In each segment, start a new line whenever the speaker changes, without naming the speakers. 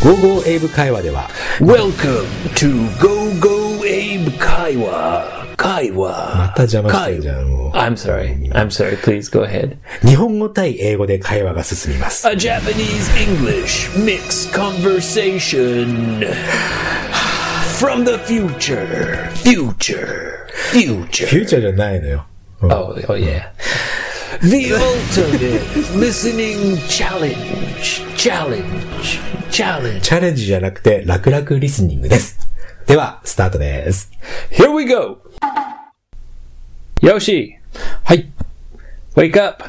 GoGo 英語会話では
Welcome to Go Go Abe Kaiwa.
ま
Kaiwa.
た邪魔してんじゃんも
I'm sorry. I'm sorry. Please go ahead.
う日本語対英語で会話が進みます
A Japanese English mixed conversation from the future. Future.
フュ
Future.
ーチャーじゃないのよ、うん
Oh, oh yeah. The ultimate listening challenge. Challenge. Challenge.
チャレンジじゃなくて楽々リスニングですではスタートです
Here we go. Yoshi,
はい
wake up.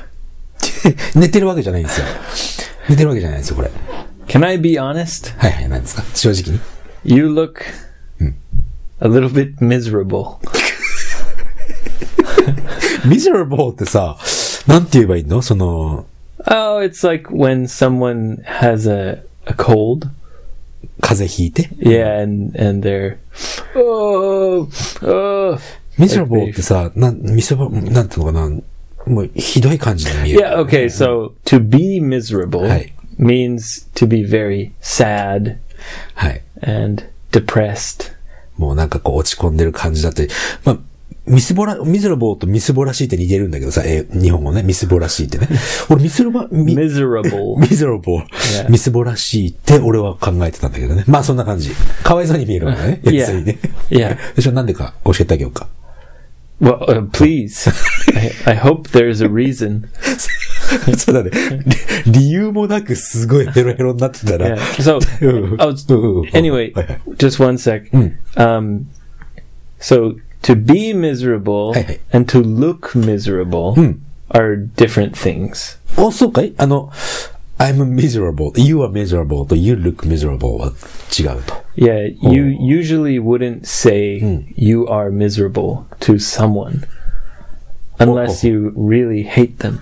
寝てるわけじゃないんですよ。寝てるわけじゃないんですよ、これ。
Can I be honest?
はいはい、なんですか正直に。
You look a little bit miserable.
ミゼラボーってさ、なんて言えばいいのその、
Oh, it's like when someone has a, a cold.
風邪ひいて。
Yeah, and, and they're. Oh, oh.
ミゼラボーってさ、なん、ミセラなんていうのかな、もうひどい感じに見える。
Yeah, okay, so to be miserable
Hi.
means to be very sad
はい。
and depressed.
もうなんかこう落ち込んでる感じだって、まあ、ミスボラ、ミゼラボーとミスボらしいって似てるんだけどさ、えー日本語ね、ミスボらしい ってね。俺ミスボラ、ミ
Miserable.
ミゼラボー、ミスボらしいって俺は考えてたんだけどね。まあそんな感じ。かわいそうに見えるわね。
いや
別にね。
いや。
でしょ、なんでか教えてあげようか。
Well, uh, please. I, I hope there's a reason.
そう だね。り理由もなくすごいヘロヘロになってたら
Yeah.。So,
うん
oh, it's-
うん
anyway,
はいはい
just one sec. Um, so to be miserable
Hey, hey.
and to look miserable are different things.
お、そうかいあの、I'm miserable, you are miserable と you look miserable は違うと。
Yeah, you usually wouldn't say you are miserable to someone unless you really hate them.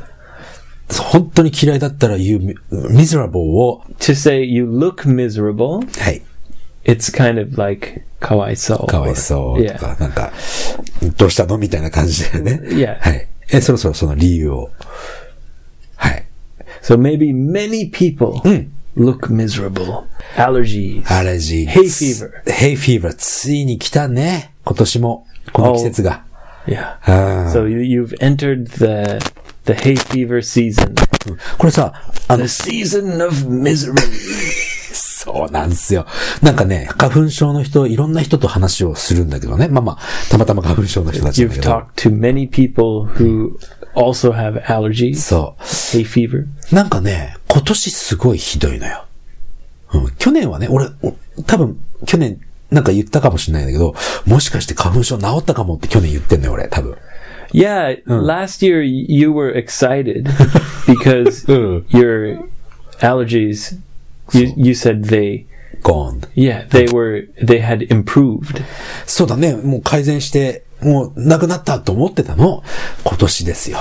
本当に嫌いだったら you mi- miserable を、
To say you look miserable,
はい、
it's kind of like kawaiso.
かわいそうと
Yeah.
か、なんか、どうしたのみたいな感じだよね。
Yeah.
はい。え、そろそろその理由を。はい。
So maybe many people look miserable. Allergies.
アレジー。
Hay fever
ヘイフィーバー、ついに来たね。今年も、この季節が。
Yeah.
あー
So you, you've entered the the hay fever season.
これさ、あの、
season of misery.
そうなんですよ。なんかね、花粉症の人、いろんな人と話をするんだけどね。まあまあ、たまたま花粉症の人たちなんだ
You've
けど。
talked to many people who also have allergies,
そ
hay fever.
う。なんかね、今年すごいひどいのよ。うん、去年はね、俺、お多分、去年、なんか言ったかもしれないんだけど、もしかして花粉症治ったかもって去年言ってんのよ、俺、多分。
Yeah, last year y- you were excited because
Mm.
your allergies you, you said they
ゴーン。
yeah, they were they had improved.
そうだね、もう改善して、もうなくなったと思ってたの、今年ですよ。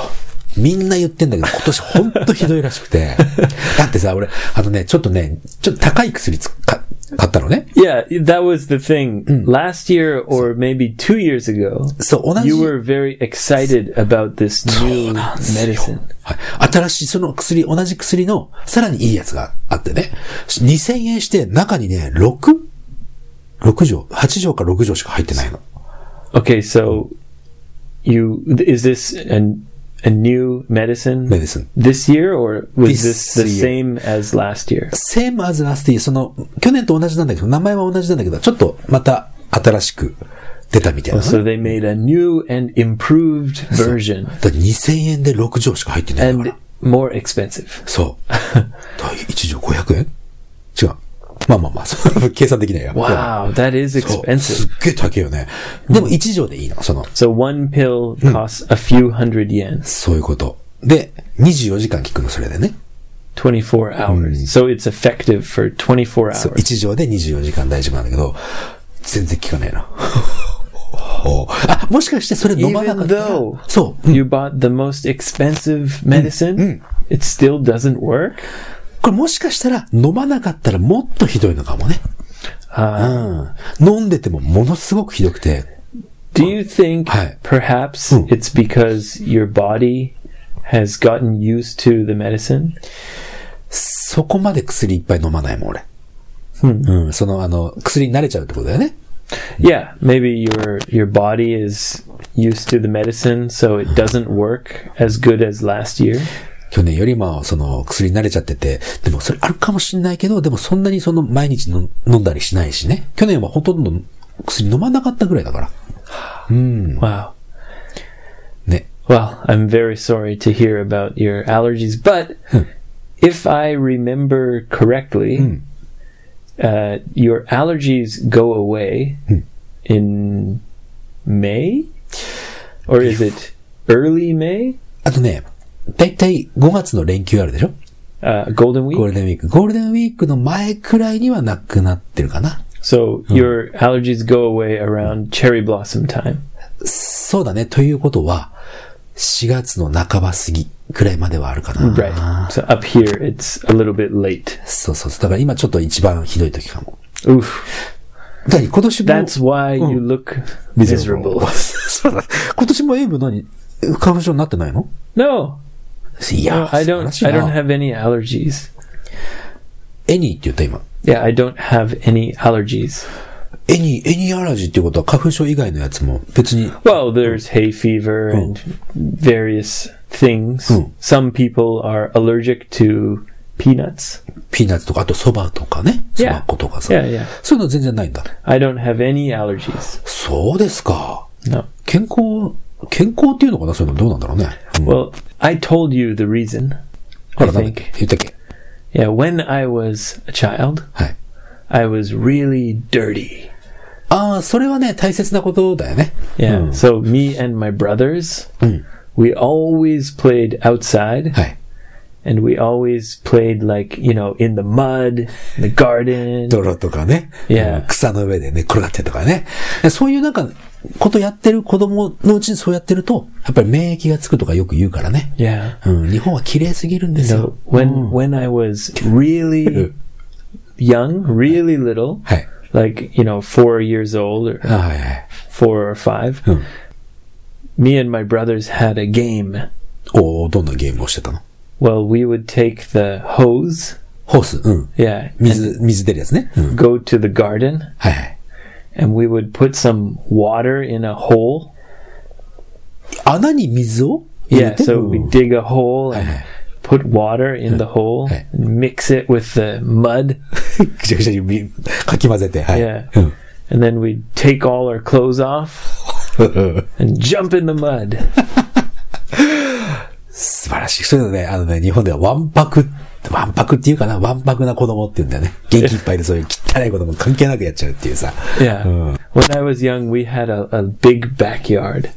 みんな言ってんだけど、今年ほんとひどいらしくて。 だってさ、俺、あのね、ちょっとね、ちょっと高い薬つか買ったのね。
Yeah, that was the thing. Last year or maybe 2 years ago,
そう、同じ。
you were very excited about this new medicine.
はい、新しい、その薬、同じ薬の、さらにいいやつがあってね。2000円して、中にね、6?6 錠 ?8 錠か6錠しか入ってないの。
Okay, so you is this a a new medicine
メディスン。
this year or was this,
This
the
year.
same as last year?
Same as last year その、去年と同じなんだけど、名前は同じなんだけど、ちょっとまた新しく出たみたいなのね。
So they made a new and improved version
だから2000円で6錠しか入ってないんだ
and
から。
more expensive.
そう。だから1錠500円違う。まあまあまあ、その計算できないよ。
Wow, that is
そうす
expensive.
っげえ高いよね。でも1錠でいいの、その、
So one pill costs a few hundred yen,
そういうこと。で、24時間効くの、それでね。
24 hours. So it's effective for 24
そう
hours.
1錠で24時間大丈夫なんだけど、全然効かないな。おうあ、もしかしてそれ飲まなかったら
Even though-
そう。
You bought the most expensive medicine, it still doesn't work.
これもしかしたら飲まなかったらもっとひどいのかもね。
Uh,
うん。飲んでてもものすごくひどくて、
do you think
Hi.
perhaps
Hmm.
it's because your body has gotten used to the medicine?
そこまで薬いっぱい飲まないもん俺。うん、その、あの、薬に慣れちゃうってことだよね。
Yeah, maybe your your body is used to the medicine, so it doesn't work as good as last year.
去年よりまあ、その、薬に慣れちゃってて、でもそれあるかもしんないけど、でもそんなにその、毎日の飲んだりしないしね。去年はほとんど薬飲まなかったぐらいだから。
Wow.
ね。
Well, I'm very sorry to hear about your allergies, but if I remember correctly, uh, your allergies go away in May, or is it early May?
あとね、だいたい5月の連休あるでしょ
Uh, Golden Week.
ゴールデンウィーク。ゴールデンウィークの前くらいにはなくなってるかな。
So your allergies go away around cherry blossom time.
そうだね。ということは、4月の半ば過ぎくらいまではあるかな。
Right. Ah. So up here, it's a little bit late.
そうそうそう。だから今ちょっと一番ひどい時かも。
Oof.
だから今年も。
That's why you look miserable.
そうだ。今年もエイブ何花粉症になってないの
No,
いや
no,
ー、
I
素
don't.
晴
I
らしい
don't
な
have any allergies.
エニーって言った今。
Yeah, I don't have any allergies.
エニー、エニーアラジーっていうことは花粉症以外のやつも別に。
Well, there's hay fever and various things.
Mm.
Some people are allergic to peanuts.
ピーナッツとか、あと蕎麦とかね。蕎
Yeah.
麦粉とかさ。
Yeah, yeah.
そういうの全然ないんだ。
I don't have any allergies.
そうですか。
No.
健康、健康っていうのかなそういうのどうなんだろうね。うん
Hmm. Well, I told you the reason.
ほ
I
ら、なんだっ
think.
け言ったっけ
Yeah, when I was a child,
はい。
I was really dirty.
ああ、それはね、大切なことだよね。
Yeah. So me and my brothers, we always played outside
はい。
and we always played like, you know, in the mud, in the garden.
泥とかね。
Yeah.
うん草の上でね、転がってとかね。そういうなんか、ことやってる子供のうちにそうやってると、やっぱり免疫がつくとかよく言うからね。
Yeah.
うん、日本は綺麗すぎるんですよ
So。when when I was really young, really little,
はい。
like, you know, 4 years old or
あはいはい。
4 or 5,
Mm.
me and my brothers had a game.
おーどんなゲームをしてたの
Well, we would take the hose,
ホース、うん。
yeah, and
水、水出るやつね。うん。
go to the garden.
はいはい。
and we would put some water in a hole.
穴に水を入れ
Yeah,
て
so
う
we
ん
dig a hole and
Uh-huh.
put water in the hole,
Uh-huh.
and mix it with the mud,
ぐちゃぐちゃにみかき混ぜて。はい。
Yeah.
うん
and then we'd take all our clothes off and jump in the mud.
素晴らしい。そういうのね、あのね、日本ではわんぱく、わんぱくっていうかな、わんぱくな子供って言うんだよ ね。元気いっぱいでそういう汚い子供関係なくやっちゃうっていうさ。
Yeah.
Uh.
When I was young, we had a, a big backyard.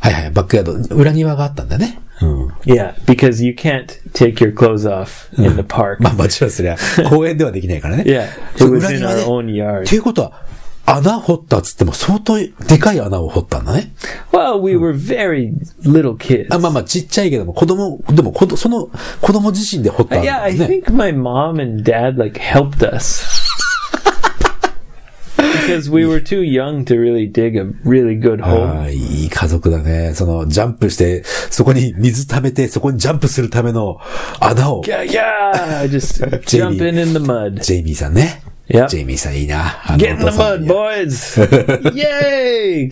はいはい、バックヤード、裏庭があったんだね。うん。
Yeah, because you can't take your clothes off in the park.
まあもちろんそれは、公園ではできない からね。
Yeah,
そ
it
う
was
裏
in
庭
our
で。っ
own yard.
ていうことは、穴掘ったっつっても相当でかい穴を掘ったんだね。
Well, we were very little kids.
あまあまあちっちゃいけども、子供、でも子ど、その子供自身で掘ったん
Yeah,
だ
I
よね。
think my mom and dad like helped us. because we were too young to really dig a really good
あ
hole.
あ、いい家族だね。その、ジャンプして、そこに水溜めて、そこにジャンプするための穴を、
Yeah, yeah, just
Jamie.
jumping in the mud.
ジェイミーさんね。
Yep.
ジェイミーさんいいな。あ
Get in
お
the
父さん
mud, boys! Yay!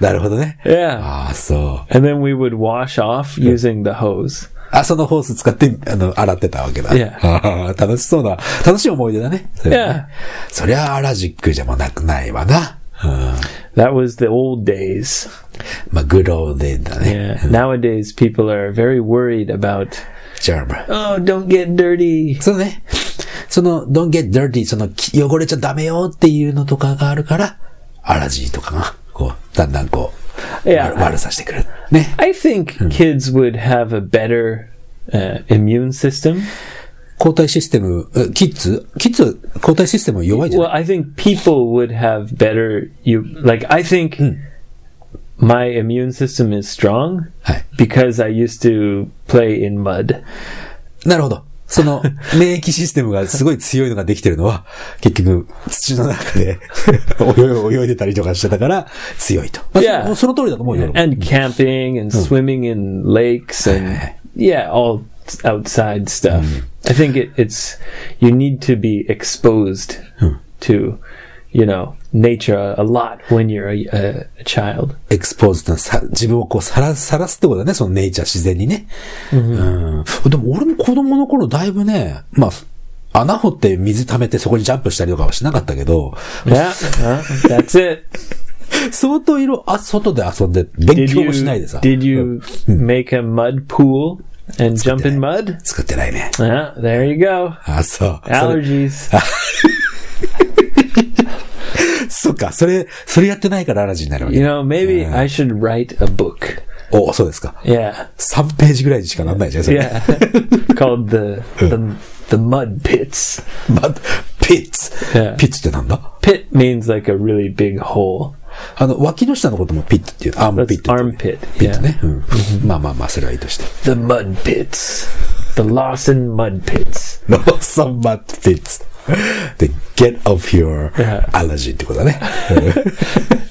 なるほどね。
yeah.
ああ、そう。
And then we would wash off using the hose.
あ、そのホース使って、あの、洗ってたわけだ。
Yeah.
ああ 楽しそうな、楽しい思い出だね。それはねそりゃ、アラジックじゃもうなくないわな。うん。
That was the old days.
まあ、グローデンだね。
Yeah. Nowadays, people are very worried about,
ジャーム。
oh, don't get dirty.
そうね。その、don't get dirty, その、き汚れちゃダメよっていうのとかがあるから、アラジーとかが、こう、だんだんこう、
いや
悪悪さしてくる。ね。
I think kids would have a better uh, immune system.
交代システム、えキッズキッズ、交代システム弱いじゃん。
Well, I think people would have better you like I think my immune system is strong
はい。
because I used to play in mud.
なるほど。その、免疫システムがすごい強いのができてるのは、結局、土の中で 泳い、泳いでたりとかしてたから、強いと。まあ
Yeah.
そその通りだと思うよ。
And camping and swimming in lakes and yeah, all outside stuff. I think it, it's you need to be exposed to, you know, nature a lot when you're a, a, a child.
エクスポーズなさ、自分をこうさら、さらすってことだね、そのネイチャー自然にね。うん。でも俺も子供の頃だいぶね、まあ、穴掘って水溜めてそこにジャンプしたりとかはしなかったけど、
Yeah, huh? that's it.
相当いろ、あ、外で遊んで、勉
Did
強
you
もしないでさ。
did you make a mud pool and jump in mud?
作ってないね。
Yeah, there you go.
あ、そう。それ
Allergies.
そっか、それ、それやってないからアラジンになるわ
You
け。
know, maybe I should write a book.
お、そうですか。
Yeah,
3ページぐらいにしかなんないじゃん、それ。
yeah. Called the the the mud pits.
ま、ピッツ
ええ。
ピッツってなんだ
Pit means like a really big hole.
あの、脇の下のこともピッツっていう。アームピッ
That's
ツっていうね。
armpit.
ピッツ
Yeah.
ね。うん。まあまあまあ、それはいいとして。
The mud pits. The Lawson mud pits.
ローソンマットピッツ。で、get off your
え
allergy ってことだね。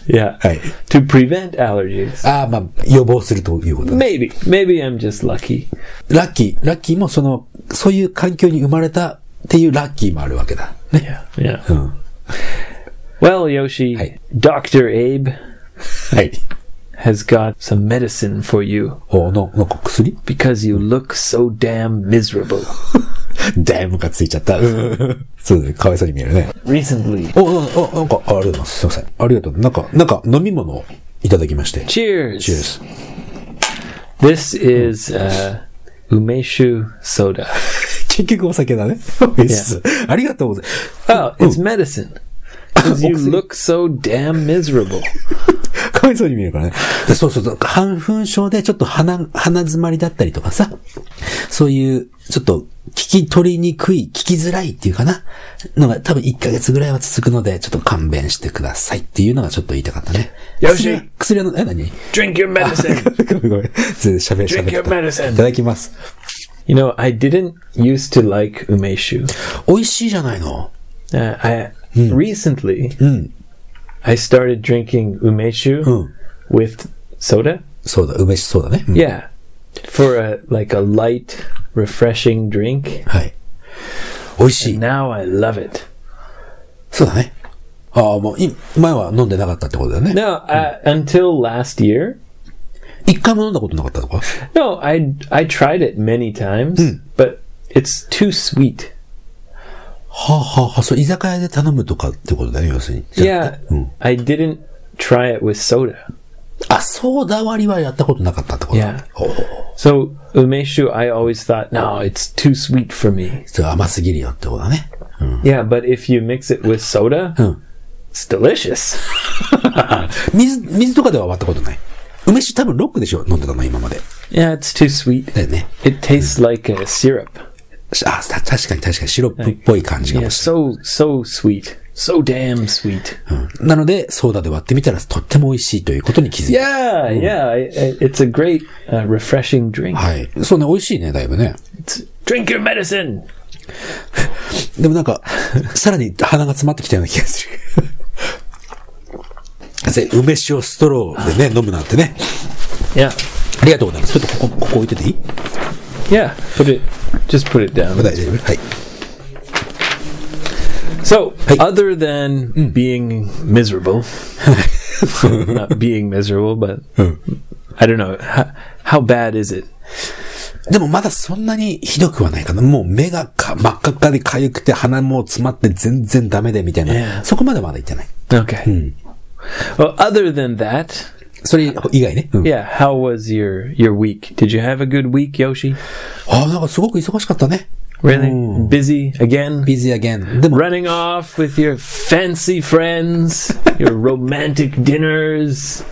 Yeah.
はい。
To prevent allergies.
ああ、まあ、予防するということだね
Maybe. Maybe I'm just lucky.
ラッキー、ラッキーもその、そういう環境に生まれたっていうラッキーもあるわけだ。ね。
Yeah. Yeah.
うん。
Well, Yoshi,
Hey.
Dr. Abe
はい。
has got some medicine for you
おの、のこ薬
because you look so damn miserable.
だいぶがついちゃった。うんそうだね。かわいそうに見えるね。
Recently.
お、お、お、なんか、あありがとうございます。すいません。ありがとう。なんか、なんか、飲み物をいただきまして。
Cheers.
チュース。
This is uh, umeshu soda.
結局お酒だね。美味しそうありがとうございます。
Oh, it's medicine. Because you look so damn miserable.
かわいそうに見えるからね。でそうそうそう。半粉症でちょっと鼻、鼻詰まりだったりとかさ。そういう、ちょっと聞き取りにくい、聞きづらいっていうかな。のが多分1ヶ月ぐらいは続くので、ちょっと勘弁してくださいっていうのがちょっと言いたかったね。
よし
薬は薬はの、え、何
Drink your
ご
medicine.
めんごめん。全然喋り
Drink
喋
your
った
medicine.
いただきます。
You know, I didn't used to like umeshu.
美味しいじゃないの。
Uh, I recently I started drinking umeshu
Mm.
with soda.
そうだ、梅酒そうだね。うん
Yeah, for a like a light, refreshing drink.
はい。美味しい。
Now I love it.
そうだね。ああ、もうい、前は飲んでなかったってことだよね。
No, uh, until last year.
一回も飲んだことなかったのか
No, I I tried it many times, but it's too sweet.
はあ、はあはあ、そう、居酒屋で頼むとかってことだね、要するに。じゃな
Yeah,
くてうん。
I didn't try it with soda.
あ、ソーダ割りはやったことなかったってことだ
Yeah.
おう
So umeshu, I always thought, no, it's too sweet for me.
それ甘すぎるよってことだね。うん。
Yeah, but if you mix it with soda,
Hmm.
it's delicious.
水、水とかでは割ったことない。梅酒多分ロックでしょ、飲んでたの、今まで。
Yeah, it's too sweet.
だよね。
It tastes like a syrup.
あ、た確かに確かにシロップっぽい感じが
Yeah,
もしれ
so so sweet. So damn sweet.
ない、うんなので、ソーダで割ってみたらとっても美味しいということに気づいた。
Yeah, yeah. I, I, it's a great, uh, refreshing drink.
はい。そうね、美味しいね、だいぶね。
It's, drink your medicine.
でもなん か、さらに鼻が詰まってきたような気がす る。せ梅酒をストローでね、飲むなんてね。
Yeah,
ありがとうございます。ちょっとここ、ここ置いてていい
yeah. Put it. Just put it down.
大丈夫はい。
So,
Hey.
other than being miserable, not being miserable, but I don't know how, how bad is it.
でもまだそんなにひどくはないかな。もう目がか真っ赤っかで痒くて鼻も詰まって全然ダメでみたいな。
Yeah.
そこまでまだいってない。
Okay. Well, other than that,
それ以外ね。うん
yeah. How was your your week? Did you have a good week, Yoshi?
ああ、なんかすごく忙しかったね。
Really busy again?
Busy again. でも、
Running off with your fancy friends, your romantic dinners,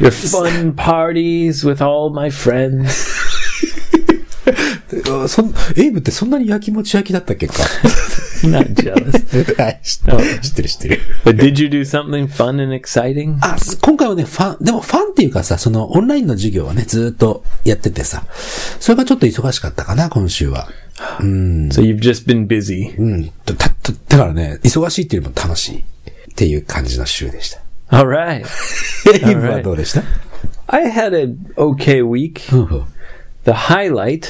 your fun parties with all my friends.
あそんエイブってそんなにやきもち焼きだったっけ か。
Not jealous.
はい、知って知ってる知ってる。
But did you do something fun and exciting?
あ、す今回はね、ファン、でもファンっていうかさ、そのオンラインの授業はね、ずーっとやっててさ、それがちょっと忙しかったかな、今週は。
So you've just been busy.
うん。とた、とだからね、忙しいっていうよりも楽しいっていう感じの週でした。
All right.
エイブはどうでした
I had an okay week.
うんうん
The highlight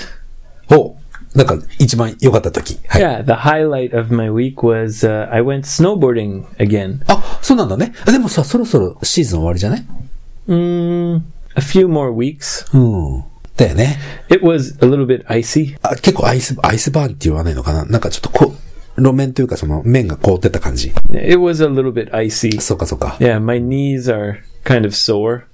おなんか、一番良かった時。はい。
Yeah, the highlight of my week was uh, I went snowboarding again.
あ、そうなんだね。あでもさ、そろそろシーズン終わりじゃない
Mm, a few more weeks.
うん。だよね。
It was a little bit icy.
あ結構アイス、アイスバーンって言わないのかななんかちょっとこう、路面というかその面が凍ってた感じ。
It was a little bit icy.
そうかそうか。
Yeah, my knees are kind of sore.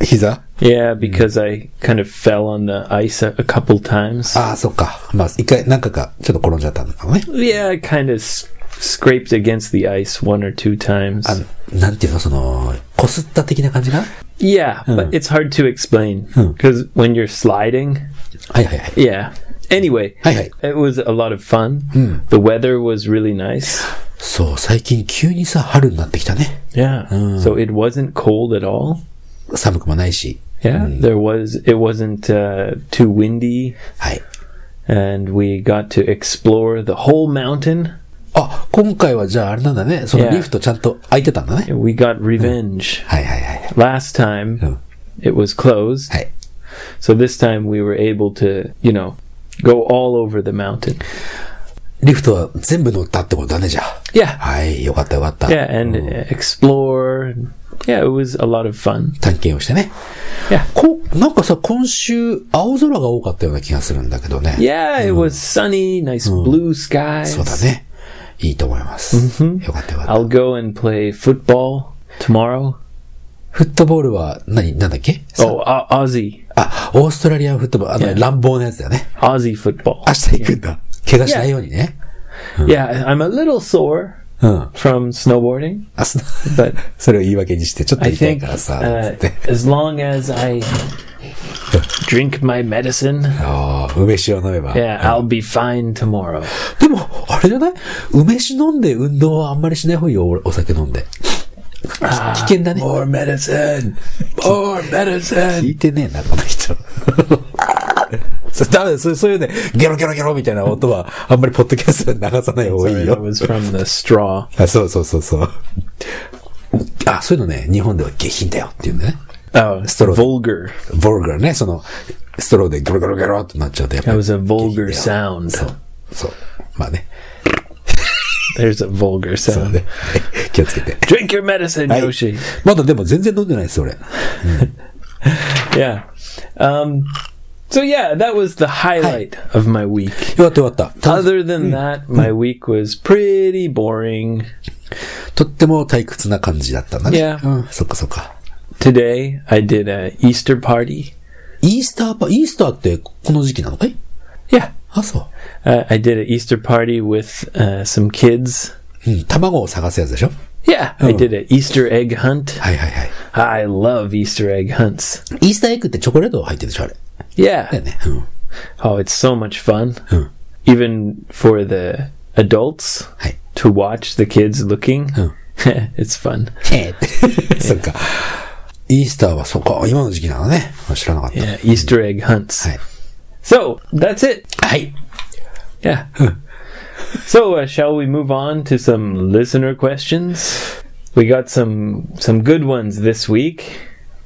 膝
Yeah, because I kind of fell on the ice a, a couple times.
ああ、そうか。まあ、一回何回かちょっと転んじゃったのかもね。
Yeah, I kind of s- scraped against the ice one or two times.
あのなんていうのその、擦った的な感じが
yeah, but it's hard to explain because when you're sliding,
はいはいはい。
yeah. Anyway,
はいはい。
it was a lot of fun. The weather was really nice.
そう、最近急にさ、春になってきたね。
Yeah. So it wasn't cold at all.
寒くもないし。
Yeah. There was it wasn't uh, too windy
はい。
and we got to explore the whole mountain.
あ、今回はじゃああれなんだね。その
Yeah.
リフトちゃんと開いてたんだね。
We got revenge.
はいはいはい。
Last time
Oh.
it was closed.
Hey.
So this time we were able to, you know, go all over the mountain.
リフトは全部乗ったってことだね、じゃあ。
Yeah. Oh.
はい、よかったよかった。
Yeah, and explore. Yeah, it was a lot of fun.
探検をしてね。
Yeah.
こ、なんかさ、今週、青空が多かったような気がするんだけどね。
Yeah, it was sunny, nice blue skies.
そうだね。いいと思います。よかったよかった。
I'll go and play football tomorrow.
フットボールは何、なんだっけ
Oh, uh, Aussie.
あ、オーストラリアンフットボール、あの、
Yeah.
乱暴なやつだよね。
Aussie football.
明日行くんだ。怪我しないようにね。
Yeah, I'm a little sore
うん。
from snowboarding,
あそ
but
それを言い訳にして、ちょっと
I
痛い
think
からさ、つ
uh,
っ て。
as long as I drink my medicine,
ああ、梅酒を飲めば。
yeah, I'll be fine tomorrow.
でも、あれじゃない梅酒飲んで運動はあんまりしない方がいいよ、おお酒飲んで。危険だね。
More medicine, more medicine.
聞いてねえな、この人。 そうダメだよそうそういうね、ゲロゲロゲロみたいな音は、あんまりポッドキャストで流さない方が いい
Sorry, that
よ。
was from the straw.
あそうそうそうそう。あ、そういうのね、日本では下品だよっていうんだね。
Oh,
Straw.
vulgar.
ボルガーね、その、ストローでゲロゲロゲロってなっちゃうと、やっぱ
That
り
was。a vulgar
下品だよ
sound.
そう。まあね。
There's a vulgar
そう
sound.
ね気をつけて。
Drink your medicine,
はい
Yoshi.
まだでも全然飲んでないです、俺。
Yeah. Um, so yeah, that was the highlight of my week.
よかったよかった。た
Other than that, my week was pretty boring.
とっても退屈な感じだったんだね。
いや
うん、そっかそっか。
Today, I did a Easter party.
イースターパ、イースターってこの時期なのかい
Yeah,
あ、そう。
uh, I did an Easter party with uh, some kids.
うん、卵を探すやつでしょ
Yeah, I did an Easter egg hunt.
はいはいはい。
I love Easter egg hunts.
イースターエッグってチョコレート入ってるでしょあれ。だ
Yeah.
よね。うん。
Oh, it's so much fun.
Hmm.
Even for the adults
はい。
to watch the kids looking. it's fun.
へえ。 そっか。イースターはそうか、今の時期なのね。知らなかった。
Yeah, Easter egg hunts.
Right.
So that's it.
はい。
Yeah. so uh, shall we move on to some listener questions? We got some some good ones this week.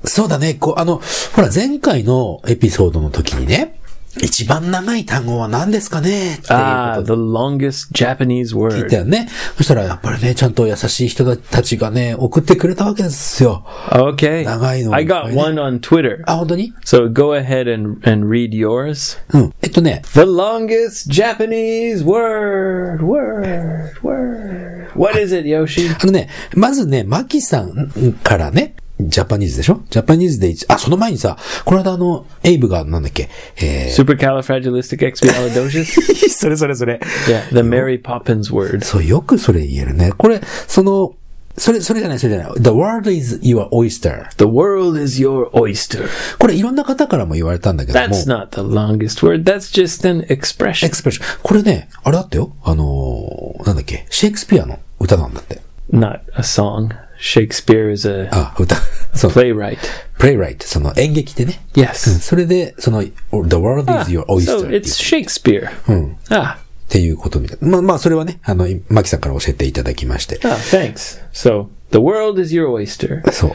そうだね。こう、あの、ほら、前回のエピソードの時にね、一番長い単語は何ですかねっていう
Ah,
こと
the longest Japanese
言った
word.
よね。そしたら、やっぱりね、ちゃんと優しい人たちがね、送ってくれたわけですよ。
Okay.
長いの
I
い
got
っぱいね。
one on Twitter.
あ、本当に
So go ahead and and read yours.
うん。えっとね、
The longest Japanese word, word, word. What is it, Yoshi?
あのね、まずね、マキさんからね、ジャパニーズでしょジャパニーズで一、あ、その前にさ、この間あの、エイブがなんだっけえ
Supercalifragilisticexpialidocious.
ー、 それそれそれ。
yeah, the Mary Poppins word.
そう、よくそれ言えるね。これ、その、それ、それじゃない、それじゃない。The world is your oyster.
The world is your oyster.
これいろんな方からも言われたんだけども
That's。not the longest word. That's just an expression.
エクスプレッション。これね、あれだったよ。あのーなんだっけ、シェイクスピアの歌なんだって。
not a song. Shakespeare is a
あ、歌。そう、
playwright.
プレイライト、その演劇でね。うん
Yes.
それで、その、The world
Ah,
is your oyster ってい
so
う
it's Shakespeare. Ah,
っていうことみたいな。まあまあ、それはね、あの、いマキさんから教えていただきまして。
ah, thanks. So the world is your oyster.
そ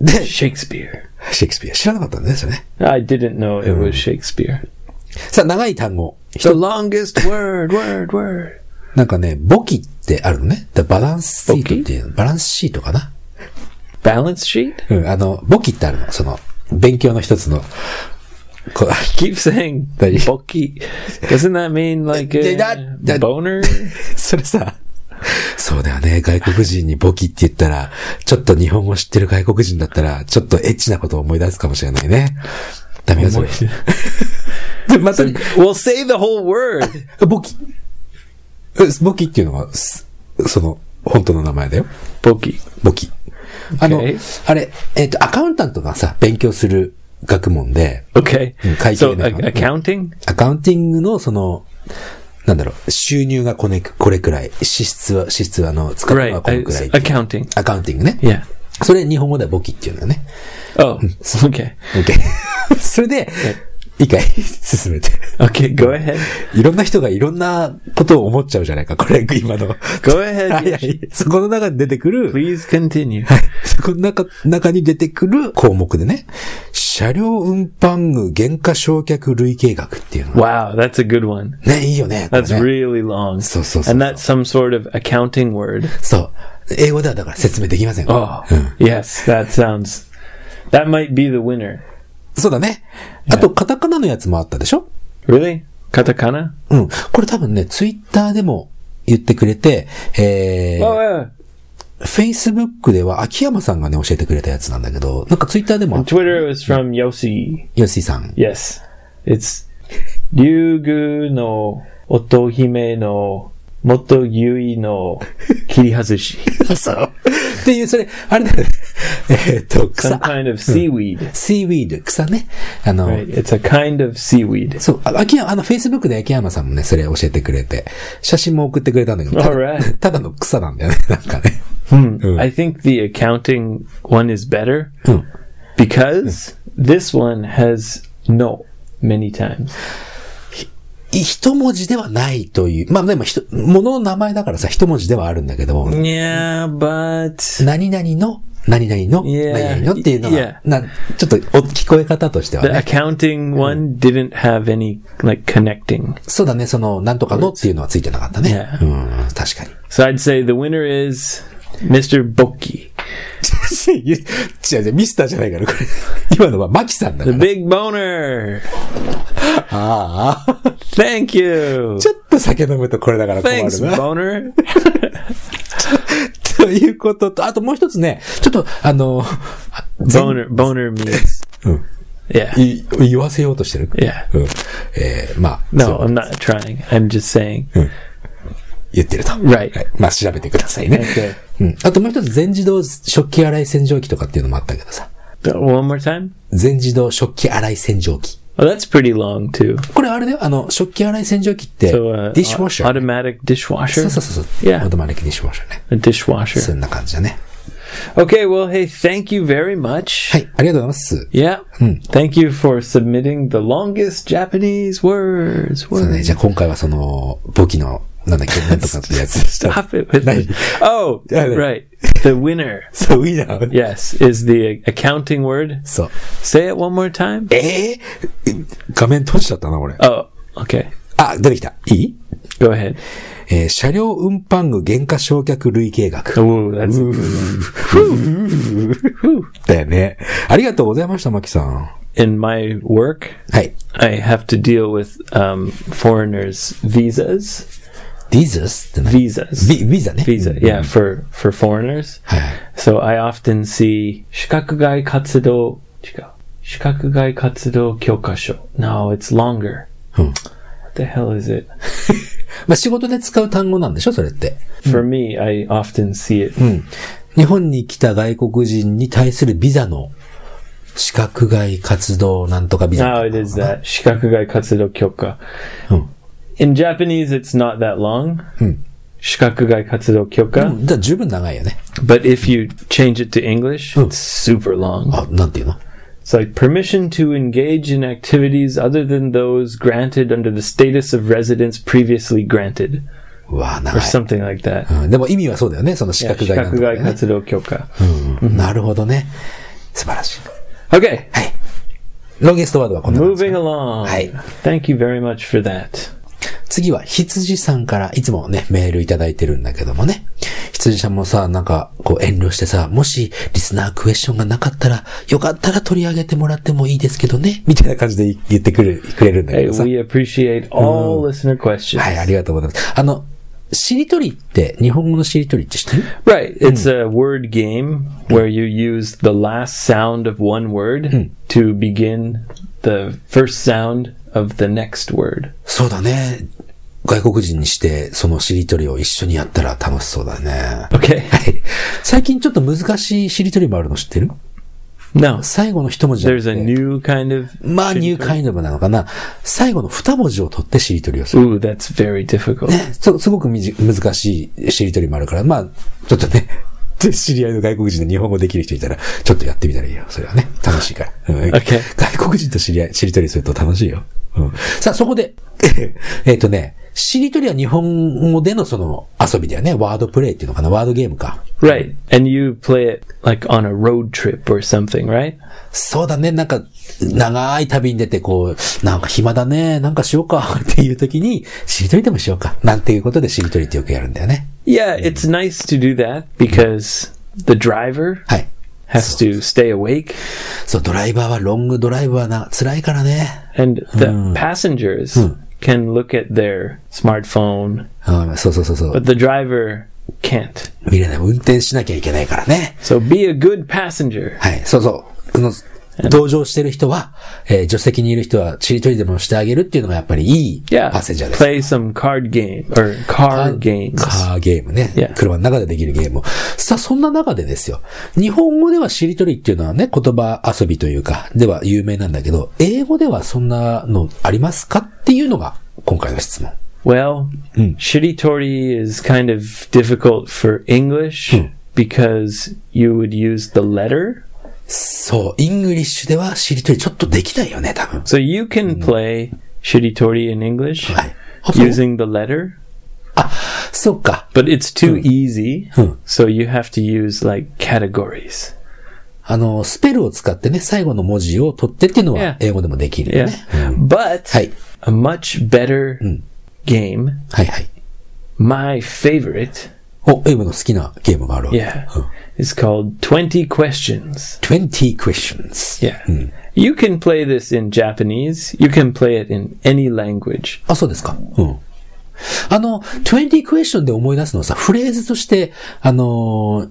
う。で、
Shakespeare.
シェイクスピア。知らなかったんですよね。Mm.
I didn't know it was Shakespeare.
さあ、長い単語。人
longest word, word, word.
なんかね、簿記ってあるのね。でバランスシートっていうの、バランスシートかな。
Balance sheet?
うん、あの、簿記ってあるの。その、勉強の一つの、こう、
Keep saying
That you-
bulky. Doesn't that mean like a
Did that- that-
boner?
それさ、そうだよね。外国人に簿記って言ったら、ちょっと日本語知ってる外国人だったら、ちょっとエッチなことを思い出すかもしれないね。ダメよ、それ。 で、また、
well, say the whole word.
簿記。うん簿記っていうのは、すその、本当の名前だよ。
Bulky.
簿記。あの
Okay.、
あれ、えっ、と、アカウンタントがさ、勉強する学問で、
Okay.
Mm,
So,
会計ね。
a- accounting?
アカウンティングのその、なんだろう、収入がこれこれくらい、支出は、支出はあの、使うの
Right.
はこれくらい
uh, accounting.
アカウンティングね。
Yeah.
それ日本語では簿記っていうんだね。
Oh,
Mm.
okay.
OK。そ れで、理解進めて。
Okay,
Mm.
go ahead.
いろんな人がいろんなことを思っちゃうじゃないか、これ、今の。
Go ahead.
はいはい。そこの中に出てくる、
Please continue.
そこの中、中に出てくる項目でね、車両運搬具減価償却類計画っていうの。
Wow, that's a good one.
ね、いいよね。これ
That's
ね
really long.
So, so, so,
and that's some sort of accounting word.
そう。英語ではだから説明できません。
Oh,
うん、
yes, that sounds. That might be the winner.
そうだね。あと、カタカナのやつもあったでしょ
Really? Katakana?
うん。これ多分ね、ツイッターでも言ってくれて、え
Oh,
ー、
yeah.
フェイスブックでは秋山さんがね、教えてくれたやつなんだけど、なんかツイッターでも
On、Twitter, it was from Yoshi.
ヨッシー さん。
Yes. It's Ryugu no Otohime no Moto Yui no Kirihazushi.
そう。っていう、それ、あれだよね。 えーっと、
Some
草。
kind of seaweed.
シーウィード、草ね。あの、
Right? It's a kind of seaweed.
そう、あ秋山、あの、フェイスブックで秋山さんもね、それ教えてくれて、写真も送ってくれたんだけど、た
Alright.
ただの草なんだよね、なんかね。
Hmm. I think the accounting one is better because this one has no many times.
い一文字ではないという。まあでも、人、物の名前だからさ、一文字ではあるんだけども、
Yeah, but
何々の、何々の、
Yeah.
何々のっていうのが
Yeah.、
なちょっとお聞こえ方としては
the
ね。
accounting one didn't have any like connecting.
そうだね、その、なんとかのっていうのはついてなかったね。
Yeah.
うん、確かに。
So I'd say the winner is Mr. Boki,
違う違う、ミスターじゃないから、これ。 今のはマキさんだか
the
ら。
big boner.
ああ、
Thank you.
ちょっと酒飲むとこれだから困る
Thanks,
な。
boner.
ということと、あともう一つね、ちょっと、あの、全
Boner, boner means
うん
yeah,
い言わせようとしてる。
yeah.
うん。えー、まあ、
No,
そう
I'm not trying. I'm just saying.
言ってると。
Right.
はい。まあ、調べてくださいね。
Okay.
うん。あともう一つ、全自動食器洗い洗浄機とかっていうのもあったけどさ。
One more time.
全自動食器洗い洗浄機。
Oh, that's pretty long too.
これあれだよ、あの、食器洗い洗浄機って、デ
So, uh,
ィッシュウォッシャー。
automatic
そ
dishwasher,
うそうそうそう。
Yeah.
オートマリックディッシュウォッシャーね。
a dishwasher.
そんな感じだね。
Okay, well, hey, thank you very much.
はい。ありがとうございます。
Yeah.
Hmm.
Thank you for submitting the longest Japanese words.
そうね、
words.
じゃあ今回はその、簿記の、なんだっけ、なんとかってや つでした。
Stop it with
No.
the- Oh,
Yeah, no.
right. The winner,
そう、いいな。
yes, is the accounting word.
そう。
Say it one more time.
ええ画面閉じちゃったな、俺。
Oh, okay.
あ、出てきた。いい
Go ahead.
えー車両運搬具減価償却類計画。
Ooh, that's
だよね。ありがとうございました、マキさん。は
in my work.
い。
I have to deal with um, foreigners' visas.
ディズスってね。
Visas.
ビ、ビザね。
Visa, yeah, for, for foreigners.
はい。
So I often see 資格外活動, No, it's longer.
Hmm.
What the hell is it?
まあ、仕事で使う単語なんでしょ、それって。
For me, I often see it.
うん。日本に来た外国人に対するビザの資格外活動なんとかビザ。
Now it is that 資格外活動許可.
Hmm.
In Japanese, it's not that long. 資格外活動許可.
うんじゃあ十分長いよね。
But if you change it to English,
Hmm.
it's super long.
あ、なんていうの
It's like permission to engage in activities other than those granted under the status of residence previously granted,
うわ長
or
い。
something like that.
うん、でも意味はそうだよね、その資格外なんとか、ね。
資格外活動許可。
うんなるほどね。素晴らしい。
Okay,
ロンゲストワードはこんな感じ。
moving along.
Hey.
Thank you very much for that.
次は羊さんから、いつもね、メールいただいてるんだけどもね。羊さんもさ、なんか、こう遠慮してさ、もし、リスナークエスチョンがなかったら、よかったら取り上げてもらってもいいですけどね、みたいな感じで言ってくる、くれるんだけ
Hey,
どさ。
we appreciate all listener questions.
はい、ありがとうございます。あの、しりとりって、日本語のしりとりって知ってる
Right. It's a word game where you use the last sound of one word to begin the first sound of the next word.
そうだね。外国人にして、そのしりとりを一緒にやったら楽しそうだね。
Okay.
はい。最近ちょっと難しいしりとりもあるの知ってる
No.
最後の一文字じゃなく
There's
て
a new kind of.
まあ、ニューカインドブなのかな。最後の二文字を取ってしりとりをする。
Ooh, that's very difficult.
そすごくみじ難しいしりとりもあるから、まあ、ちょっとね、 で知り合いの外国人で日本語できる人いたら、ちょっとやってみたらいいよ。それはね、楽しいから。うん
Okay
外国人と知り合い、しりとりすると楽しいよ。うん、さあ、そこで、 えっとね、しりとりは日本語でのその遊びだよね。ワードプレイっていうのかな。ワードゲームか。
Right. And you play it like on a road trip or something, right?
そうだね、なんか、長い旅に出て、こう、なんか暇だね、なんかしようか っていう時に、しりとりでもしようか。なんていうことでしりとりってよくやるんだよね。
Yeah, it's nice to do that because the driver
はい。
has to stay awake
そう、ドライバーはロングドライブはな、辛いからね。
and the passengers can look at their smartphone,
うん、そうそうそうそう。
but the driver can't.
見れない。運転しなきゃいけないからね。
So be a good passenger.
はい、そうそう。この、同乗してる人は、えー助手席にいる人は、しりとりでもしてあげるっていうのがやっぱりいいパ
Yeah.
ッセンジャーです。
Play some card game or car games.
カーゲームね。
Yeah.
車の中でできるゲームを。さあ、そんな中でですよ。日本語ではしりとりっていうのはね、言葉遊びというか、では有名なんだけど、英語ではそんなのありますかっていうのが、今回の質問。
Well, shiritori is kind of difficult for English because you would use the letter.
そう、イングリッシュではしりとりちょっとできないよね、多分。
So you can play shiritori in English
はい。あそう
using the letter,
そうか。
but it's too easy.
Hmm.
So you have to use like categories.
あの、スペルを使ってね、最後の文字を取ってっていうの
Yeah.
は、英語でもできるよ
Yeah.
ね。
But
はい。
a much better
Hmm.
game,
はいはい。
my favorite,
お、英語の好きなゲームがあるわけ。
yeah,
うん
is called 20 questions.
20 questions.
Yeah. You can play this in Japanese. You can play it in any language.
あ、そうですか。うん。あの、20 question で思い出すのはさ、フレーズとして、あの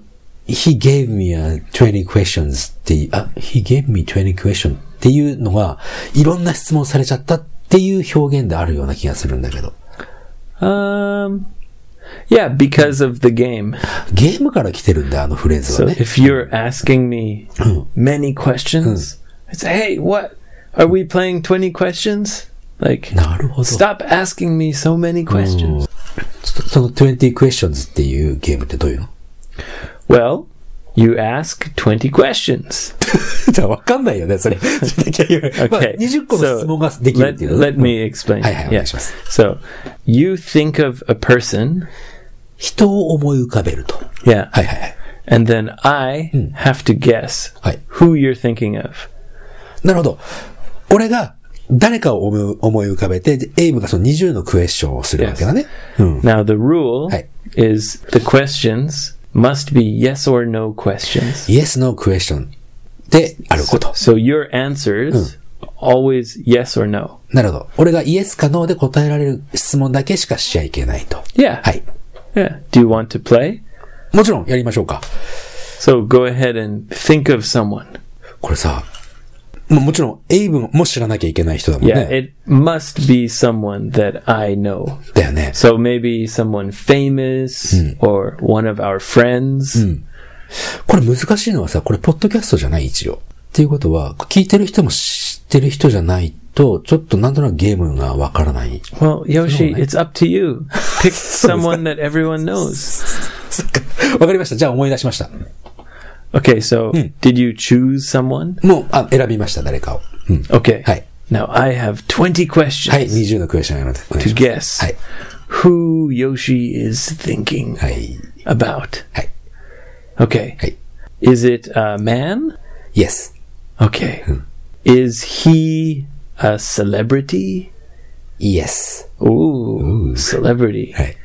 ー、he gave me a 20 questions っていう、あ、he gave me 20 question っていうのが、いろんな質問されちゃったっていう表現であるような気がするんだけど。
Um, yeah, because of the game.
ゲームから来てるんだよ、あのフレーズ
So
はね。
if you're asking me many questions,
Hmm.
I say, hey, what? Are we playing 20 questions? Like,
なるほど。そ
stop asking me so many questions.
その20 questions っていうゲームってどういうの
Well, you ask 20 questions.
じゃあわかんないよね、 それ。okay. まあ、
Okay.
20個
so
の質問ができるっ
let,
ていうのね
let me explain.
はいはい、
Yeah.
お願いします。
So you think of a person.
人を思い浮かべると。
Yeah.
はいはいはい。
And then I have to guess
はい。
who you're thinking of.
なるほど。俺が誰かを思い思い浮かべて、でエイブがその20のクエスチョンをするわけだね。うん。
Now, the rule
Hi.
is the questions must be yes or no questions.
Yes, no question であること。
So your answers always yes or no.
なるほど。俺がイエスかノーで答えられる質問だけしかしちゃいけないと。
Yeah.
はい。
Yeah. Do you want to play?
もちろんやりましょうか。
So go ahead and think of someone.
これさ、ももちろんエイブも知らなきゃいけない人だもん
Yeah.
ね。
It must be someone that I know.
だよね。
So maybe someone famous or one of our friends.
これ難しいのはさ、これポッドキャストじゃない一応。っていうことは、聞いてる人も知ってる人じゃないと、ちょっとなんとなくゲームがわからない。
Well, Yoshi, it's up to you. Pick someone that everyone knows.
そっかわかりました。じゃあ思い出しました。
Okay, so did you choose someone?
もう、あ、選びました、誰かを。うん。
Okay.
はい。
Now I have 20questions
はい、20のクエスチョンなので、お願い
to
しま
guess
す。はい。
who Yoshi is thinking
はい。
about.
はい。
Okay.
Hi.
Is it a man?
Yes.
Okay. Is he a celebrity?
Yes.
Ooh. Celebrity.
はい。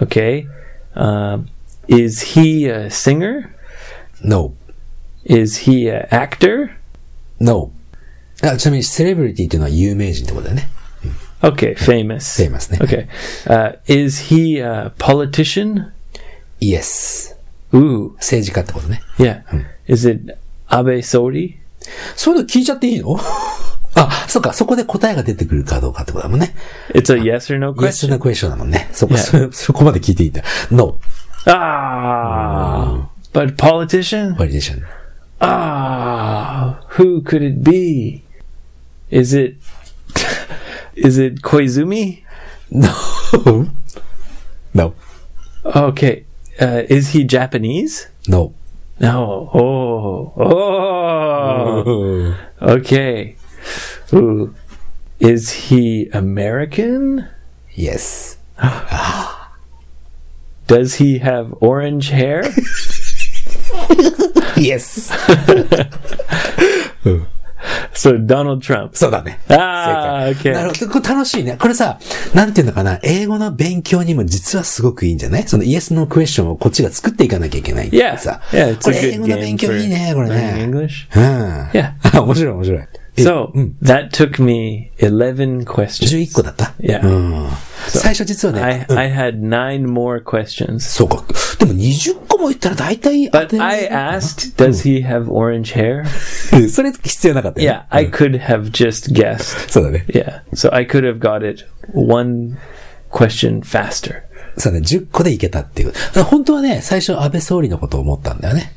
Okay. Um, is he a singer?
no,
Is he an actor?
no. あちなみに、セレブリティっていうのは有名人ってことだよね。
Okay, famous.
Famous, yeah.
Okay. Uh, is he a politician?
yes.
Ooh,
政治家ってことね。
yeah. Is it Abe Sori?
そういうの聞いちゃっていいの あ、そっか、そこで答えが出てくるかどうかってことだもんね。
It's a Ah. yes or no
イエス
question.
なクエスチョンだもんね。そこ、
Yeah.
それ そこまで聞いていいんだ。no,
Ah, but politician?
validation.
Ah, who could it be? Is it is it Koizumi?
no, no,
Okay, uh, is he Japanese?
no.
No. Oh, oh. Okay. Ooh. Is he American?
yes.
Does he have orange hair?
Yes.
so Donald Trump.
そうだね。
Ah,
な
okay.
るほど。これ楽しいね。これさ、なんていうのかな。英語の勉強にも実はすごくいいんじゃないそのイエスのクエスチョンをこっちが作っていかなきゃいけない。
Yeah.
さ。
Yeah, it's
こ
a
れ英
good
語の勉
game
強
for
いいね、これ
learning
ね。
English.
うん。
Yeah.
あ 面白い面白い。え
So that took me 11 questions.
11個だった、
Yeah.
うん。最初実はね
I,、
うん
I had nine more questions.
そうか。でも20個も言ったら大体当
But
て
I
ら
asked, does he have orange hair?
れるそれ必要なかったよ、ね。
Yeah, I could have just guessed.
そうだね。
Yeah. So I could have got it one question faster.
そうだね。10個でいけたっていう。だから本当はね、最初安倍総理のことを思ったんだよね。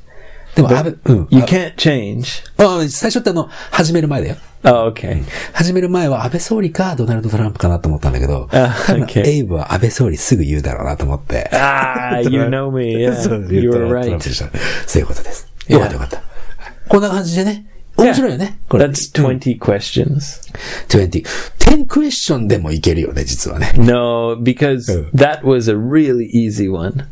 でも安倍、うん。
You can't change.
ああ最初ってあの、始める前だよ。
Oh, okay.
始める前は安倍総理かドナルド・トランプかなと思ったんだけど、
あ
多分
okay
エイブは安倍総理すぐ言うだろうなと思って。
Ah, you know me. Yeah,
そう言
you
うと
were
トランプ
right.
でしたそういうことです。よかったよかった。こんな感じでね。面白いよね。これ。
That's 20 questions.
20。10クエスチョンでもいけるよね、実はね。
No, because that was a really easy one.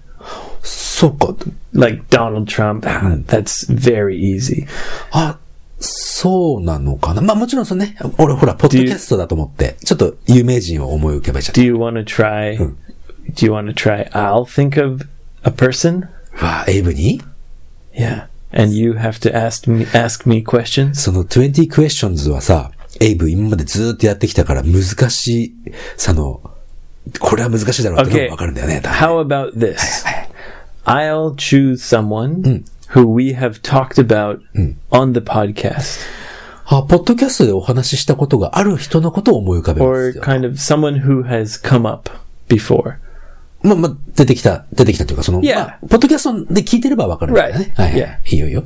そうか。
Like Donald Trump, ah, that's very easy.
あ、そうなのかな。まあもちろんそのね、俺ほら、ポッドキャストだと思って、ちょっと有名人を思い浮かべちゃっ
Do you want to try? Do you want to try? I'll think of a person.
た。わあ、エイブに
Yeah. And you have to ask me ask me questions.
その20 questions はさ、エイブ今までずーっとやってきたから難しい、その、これは難しいだろうっての
Okay.
がわかるんだよね。
How about this? I'll choose someone who we have talked about on the podcast
あ、ポッドキャストでお話ししたことがある人のことを思い浮かべま
or
すよ。
kind of someone who has come up before.
まあ、まあ、出てきた、出てきたというか、その、
Yeah.
まあ、ポッドキャストで聞いてればわかるんだよね。
Right.
はいはい。いいよいいよ。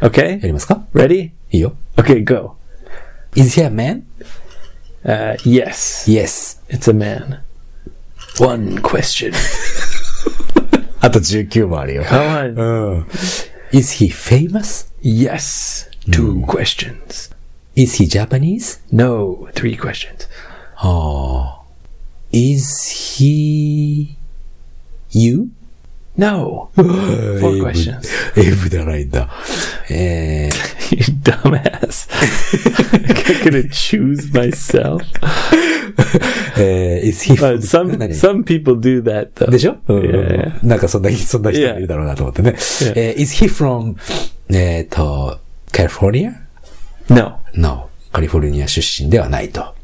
や
Okay?
りますか
Ready?
いいよ。
Okay, go.
Is he a man?Yes.
Uh, yes, it's a man. One question.
あと19もあるよ。
Come on.
Is he famous?
Yes, two questions.
Is he Japanese?
No, three questions.
Is he you?
No,
エ
four
イブ
questions.
エイブじゃないんだ。え
You dumbass. I'm gonna choose myself.
ー、 えー、is he
But some
何
some people do that though.
でしょ、うんうんうん
Yeah.
なんかそんな、そんな人もいるだろうなと思ってね。えー is he from, えっ、と、California?No.
No.
カリフォルニア出身ではないと。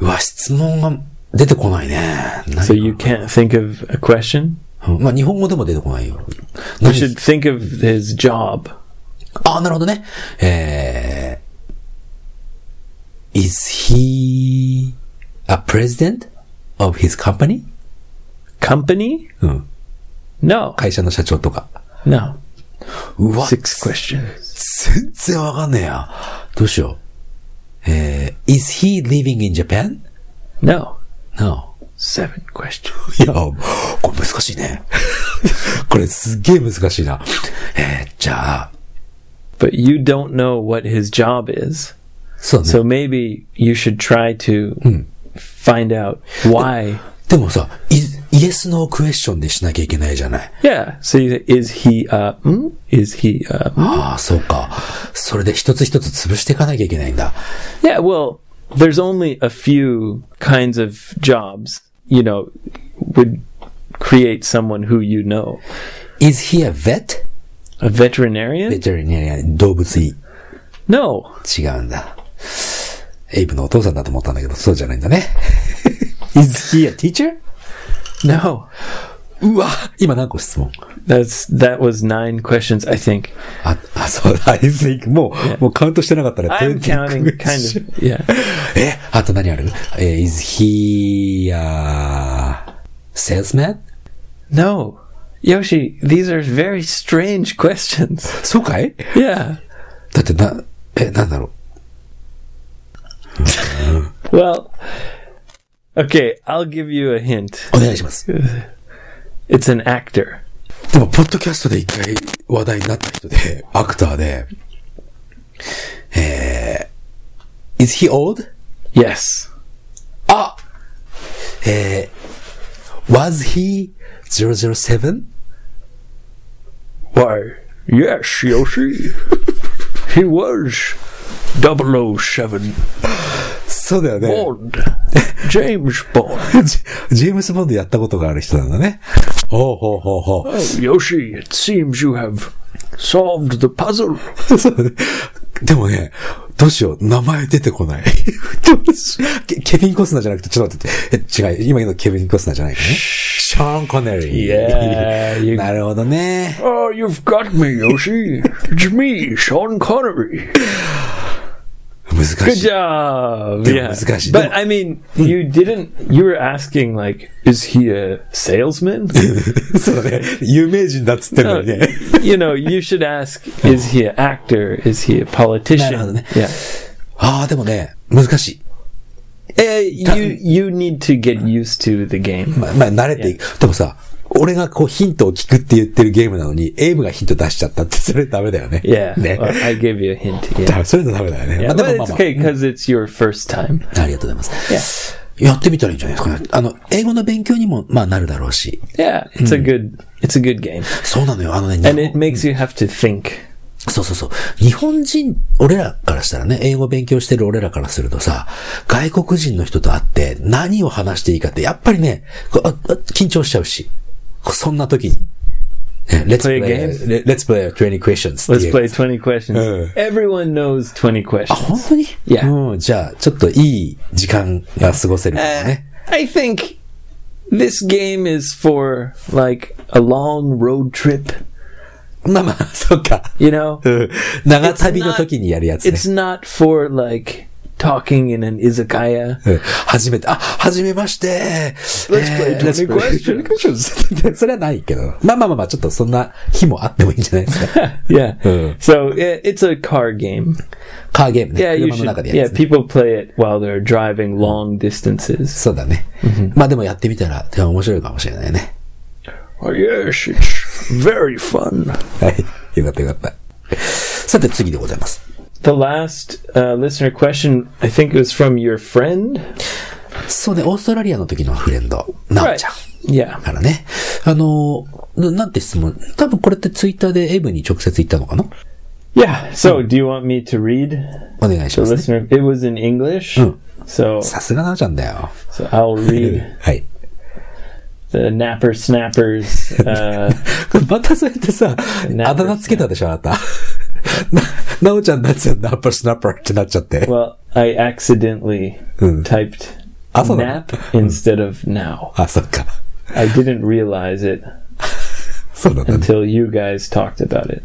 うわ、質問が出てこないね。何
So you can't think of a question?
うんまあ、日本語でも出てこないよ。
You
何
should think of his job.
あ、なるほどね。えー、is he a president of his company?
Company?
うん。
No.
会社の社長とか。
No.
うわ、
Six questions.
全然わかんねえや。どうしよう。えー、is he living in Japan?No.
No. Seven questions.
いや、これ難しいね。 これすっげえ難しいな。えー、じゃあ、
But you don't know what his job is.
そうね。
So maybe you should try to find out why.
でもさ、is- yes, no question でしなきゃいけないじゃない。
Yeah. So you say, is he uh mm? is he uh mm?
ああ、そうか。それで一つ一つ潰していかなきゃいけないんだ。
Yeah, well, there's only a few kinds of jobs. you know, would create someone who you know.
Is he a vet?
A veterinarian?
veterinarian 動物医。
No.
違うんだ。エイブのお父さんだと思ったんだけど、そうじゃないんだね。
Is he a teacher? No.
うわ今何個質問
That's that was nine questions, I think.
あ、あ、そうだ、I think. もう、もうカウントしてなかったら、
I'm counting kind of yeah.
え、あと何あるえー is he, a salesman?
No. Yoshi, these are very strange questions.
そうかい
Yeah.
だってな、え、なんだろ
Well, okay, I'll give you a hint.
う。お願いします。
It's an actor.
でも、ポッドキャストで一回話題になった人で、アクターで、えー、is he old?
Yes.
あえー、was he 007?
Why, yes, Yoshi. he was 007
そうだよね。
Bond. James Bond.
ジジェームス・ボンドやったことがある人なんだね。ほうほうほうほ
Oh, Yoshi, it seems you have solved the puzzle.
う。 そうねでもね、どうしよう、名前出てこない。 どうしケケビン・コスナーじゃなくて、ちょっと待って、え違う、今のケビン・コスナーじゃないからね。シャーン・コネリー。
Yeah, you-
なるほどね。
Oh, you've got me, Yoshi. it's me, Sean Connery.
難し
Good
い。
job.
Yeah,
Yeah.
it's gosh,
But
no.
I mean, you didn't, you were asking, like, is he a salesman?
そうだね。有名人だっつってんの
No,
にね。
you know, you should ask, is he an actor? Is he a politician?
なるほどね。
Yeah.
ああ、でもね、難しい。
Uh, you, you need to get used to the game.
ま、まあ、慣れていく。でもさ、俺がこうヒントを聞くって言ってるゲームなのに、エイブがヒント出しちゃったって、それダメだよね。
Yeah.
ね。
Well, I gave you a hint. Yeah.
だそれじゃダメだよね。
yeah
まあ、
but
でも
it's
まあま
okay because it's your first time.
あ、ありがとうございます。やってみたらいいんじゃないですかね。あの、英語の勉強にも、まあ、なるだろうし。
Yeah. It's
Hmm.
a good, it's a good game.
そうなのよ。あのね、日
And
本
it makes you have to think.
そうそうそう。日本人、俺らからしたらね、英語勉強してる俺らからするとさ、外国人の人と会って何を話していいかって、やっぱりね、こうああ緊張しちゃうし。こうそんな時に。ね Let's play,
Play a game?
a- let's play a 20 questions って
Let's
いう
play 20 questions.
Uh.
Everyone knows 20
あ、
questions.
本当に
Yeah.
うん、じゃあ、ちょっといい時間が過ごせるからね。
Uh, I think this game is for like a long road trip,
まあまあ、そっか。
you know?
うん長旅の時にやるやつね
It's。not for like talking in an izakaya.
うん初めて、あ、初めまして。
Let's play
えー let's play
20
questions. それはないけど。まあまあまあまあ、ちょっとそんな日もあってもいいんじゃないです か。
Yeah.
Uh.
So i- it's a car game.
カーゲームね。
Yeah, you
車の
should.
中でやる
Yeah,
やつね。
people play it while they're driving long distances.
そうだね。まあでもやってみたら、でも面白いかもしれないね。
Oh, yes, it's very fun.
はい。よかったよかった。さて、次でございます。
The last uh, listener question, I think it was from your friend.
そうね、オーストラリアの時のフレンド、なおちゃん。
Yeah.
からね。あの、ななんて質問多分これってツイッターでエイブに直接言ったのかな
Yeah. So,
Hmm.
do you want me to read?
お願いし
the
ますね。
listener. It was in English,
Oh.
so
さすがなおちゃんだよ。
so I'll read
はい。
the napper snappers. Uh,
またそうやってさ、
ナッパー
あだ名つけたでしょ、あなた。 な、なおちゃんになっちゃう、ナッパースナッパーってなっちゃって。
well, I accidentally
Mm.
typed
I thought-
nap instead of now.
あ、そっか。
I didn't realize it
そうなんだね。
until you guys talked about it.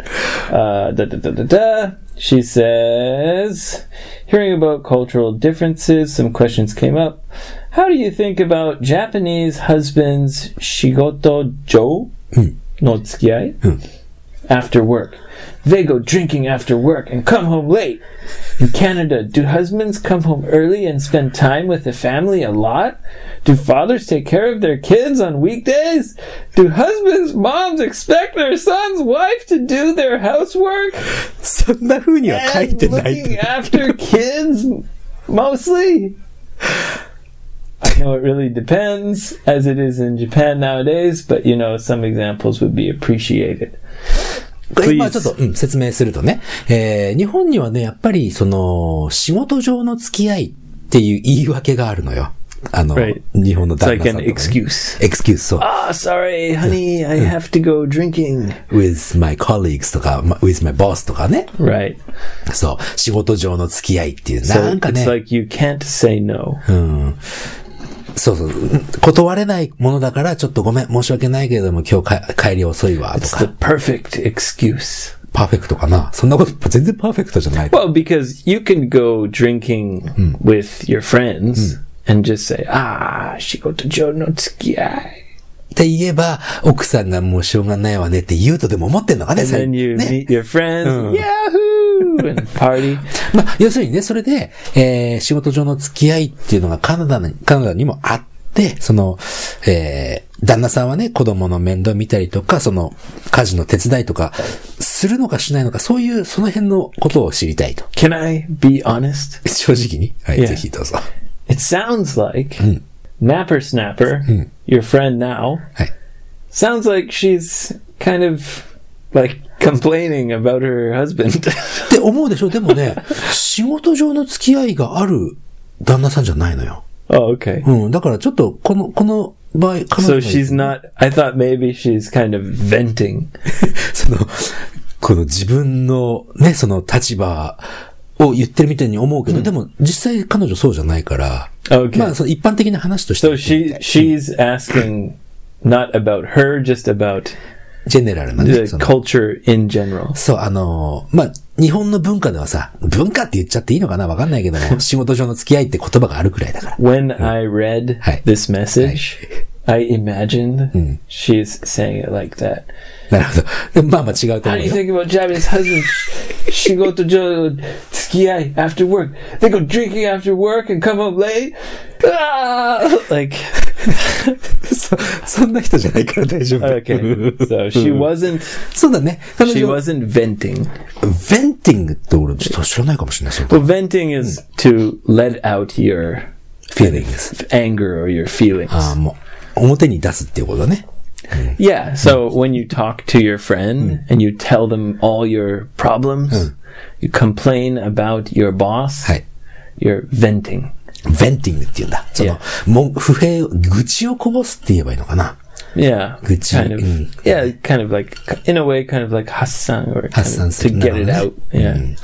Uh, da, da, da, da, da. She says, hearing about cultural differences, some questions came up. How do you think about Japanese husbands shigoto jo no tsukiai after work? They go drinking after work and come home late. In Canada, do husbands come home early and spend time with the family a lot? Do fathers take care of their kids on weekdays? Do husbands, moms expect their son's wife to do their housework
そんな風には書い
and
てないと
looking。after kids mostly? I know it really depends, as it is in Japan nowadays, but you know, some examples would be appreciated.
で
Please.
まあちょっと、うん、説明するとね、えー日本にはね、やっぱり、その、仕事上の付き合いっていう言い訳があるのよ。あの、
Right.
日本の
It's
旦
like
那さん
an
とかね
excuse.
excuse, そう。
Ah, sorry, honey, I have to go drinking.
with my colleagues とか、ま with my boss とかね。
Right.
そう。仕事上の付き合いっていう、な
So
んか
it's
ね、
like you can't say no.
そうそう。断れないものだから、ちょっとごめん、申し訳ないけれども、今日か帰り遅いわ、と
It's
か。
the perfect excuse.
パーフェクトかな。そんなこと、全然パーフェクトじゃない。
Well, because you can go drinking with your friends and just say, ah, shigotojo no tsukiai.
って言えば、奥さんがもうしょうがないわねって言うとでも思ってんのかね、
And
最
then
近
you
ね。
meet your friends, yahoo, and party.
まあ、要するにね、それで、えー仕事上の付き合いっていうのがカナダに、カナダにもあって、その、えー旦那さんはね、子供の面倒見たりとか、その、家事の手伝いとか、するのかしないのか、そういう、その辺のことを知りたいと。
Can I be honest?
正直に。はい、
Yeah.
ぜひどうぞ。
It sounds like Napper Snapper, your friend now,
Hey.
sounds like she's kind of like complaining about her husband.
って思うでしょでも ね、仕事上の付き合いがある旦那さんじゃないのよ。
oh, okay.
うん、だからちょっと、この、この場合、彼
So
女
she's
の
not. I thought maybe she's kind of venting.
その、この自分のね、その立場を言ってるみたいに思うけど、でも実際彼女そうじゃないから、
Okay.
まあその一般的な話として
So
は言ってみ
she
たい、
she's asking not about her, just about
ジェネラルなね、
the
その
culture in general.
そう、あのーまあ、日本の文化ではさ、文化って言っちゃっていいのかなわかんないけど も、仕事上の付き合いって言葉があるくらいだから。
When I read
Hi.
this message, I imagined she's saying it like that.
なるほど。でまあまあ違うと
How
思う
do you
よ。
think about Japanese husbands? Shigoto jo tsukiai after work. They go drinking after work and come home late. Ah! Like
そそんな人じゃないから大丈夫。
okay, so she wasn't
そうだね。彼
she
女は、
wasn't venting.
ベンティングって俺ちょっと知らないかもしれない。そう
Well, venting is to let out your
フィーリングス。
anger or your feelings.
ああ、もう、表に出すっていうことね。
Yeah. So when you talk to
Hmm.
your friend and you tell them all your problems, you complain about your boss,
はい。
you're venting.
ベンティングって言うんだ。その、もん不平を、愚痴をこぼすって言えばいいのかな。
Yeah.
Good
kind
job.
of.
Hmm.
Yeah, kind of like in a way, kind of like hassan or kind of
発散する。
to get it
なるほどね。
out. Yeah.
Hmm.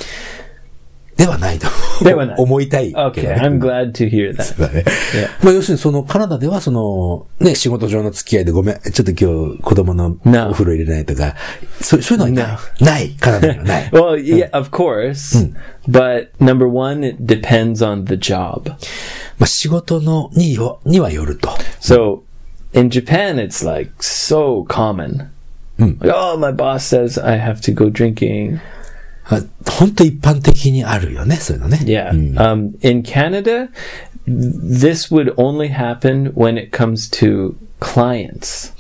ではないと。
ではない
思いたいけどね。
Okay, I'm glad to hear that.
だね。まあ、要するに、その、カナダでは、その、ね、仕事上の付き合いでごめん、ちょっと今日、子供の
No.
お風呂入れないとか、そうそういうのはない。ない。カナダには ない。
Well, yeah, of course,
Hmm.
but number one, it depends on the job.
まあ、仕事の、によ、にはよると。
So in Japan, it's like so common.
Hmm.
Like, oh, my boss says I have to go drinking.
あ本当一般的にあるよね、そういうのね。
Yeah. Um, in Canada, this would only happen when it comes to clients.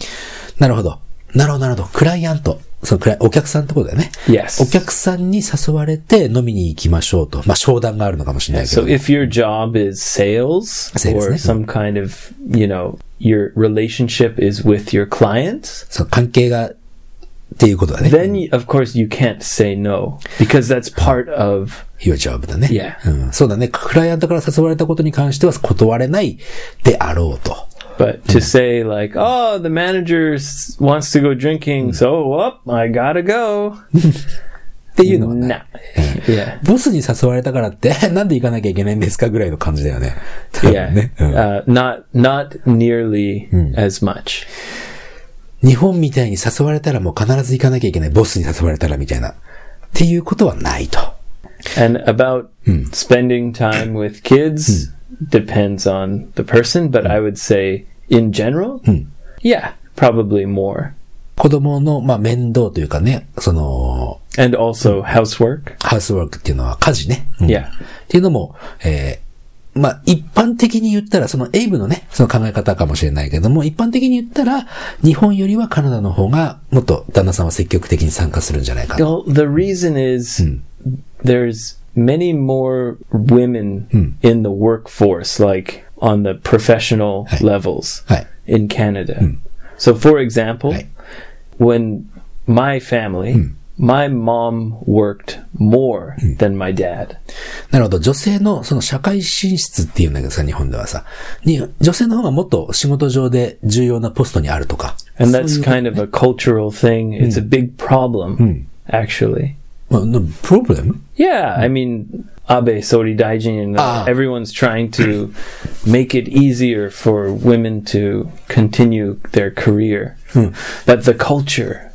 なるほど。なるほど、なるほど。クライアント。そのクライ、お客さんってことだよね。
Yes.
お客さんに誘われて飲みに行きましょうと。まあ、商談があるのかもしれないけど。
So if your job is sales,
Sales,
or
yeah.
some kind of, you know, your relationship is with your clients,
そう、関係が、っていうことだね。
then y- of course you can't say no because that's part of
your job だね。
Yeah.
うん。そうだね。クライアントから誘われたことに関しては断れないであろうと。
but to say like, "Oh, the manager s- wants to go drinking, so up, I got to go."
っていうのはね。
Nah. Mm. yeah.
ボスに誘われたからって、 えなんで行かなきゃいけないんですかぐらいの感じだよね。多分
Yeah. Mm.
ね、うん
Uh, not not nearly as much.
日本みたいに誘われたらもう必ず行かなきゃいけない。ボスに誘われたらみたいな。っていうことはないと。
And about spending time with kids depends on the person, but I would say in general, yeah, probably more.
子供の、まあ、面倒というかね、その、
And also housework.
ハウスワークっていうのは家事ね。うんっ
Yeah.
ていうのも、えーまあ、一般的に言ったら、そのエイブのね、その考え方かもしれないけども、一般的に言ったら、日本よりはカナダの方が、もっと旦那さんは積極的に参加するんじゃないかな。
Well, the reason is there's many more women in the workforce, like on the professional levels
はい。
in Canada. So, for example,
Right.
when my family My mom worked more than my dad.
なるほど。女性のその社会進出っていうんだけどさ、日本ではさ。に女性の方がもっと仕事上で重要なポストにあるとか。
And that's kind of a cultural thing. It's a big problem, actually.
まあ、のプロブレム
Yeah, I mean, Abe Sori Daijin, and
Ah.
everyone's trying to make it easier for women to continue their career. But the culture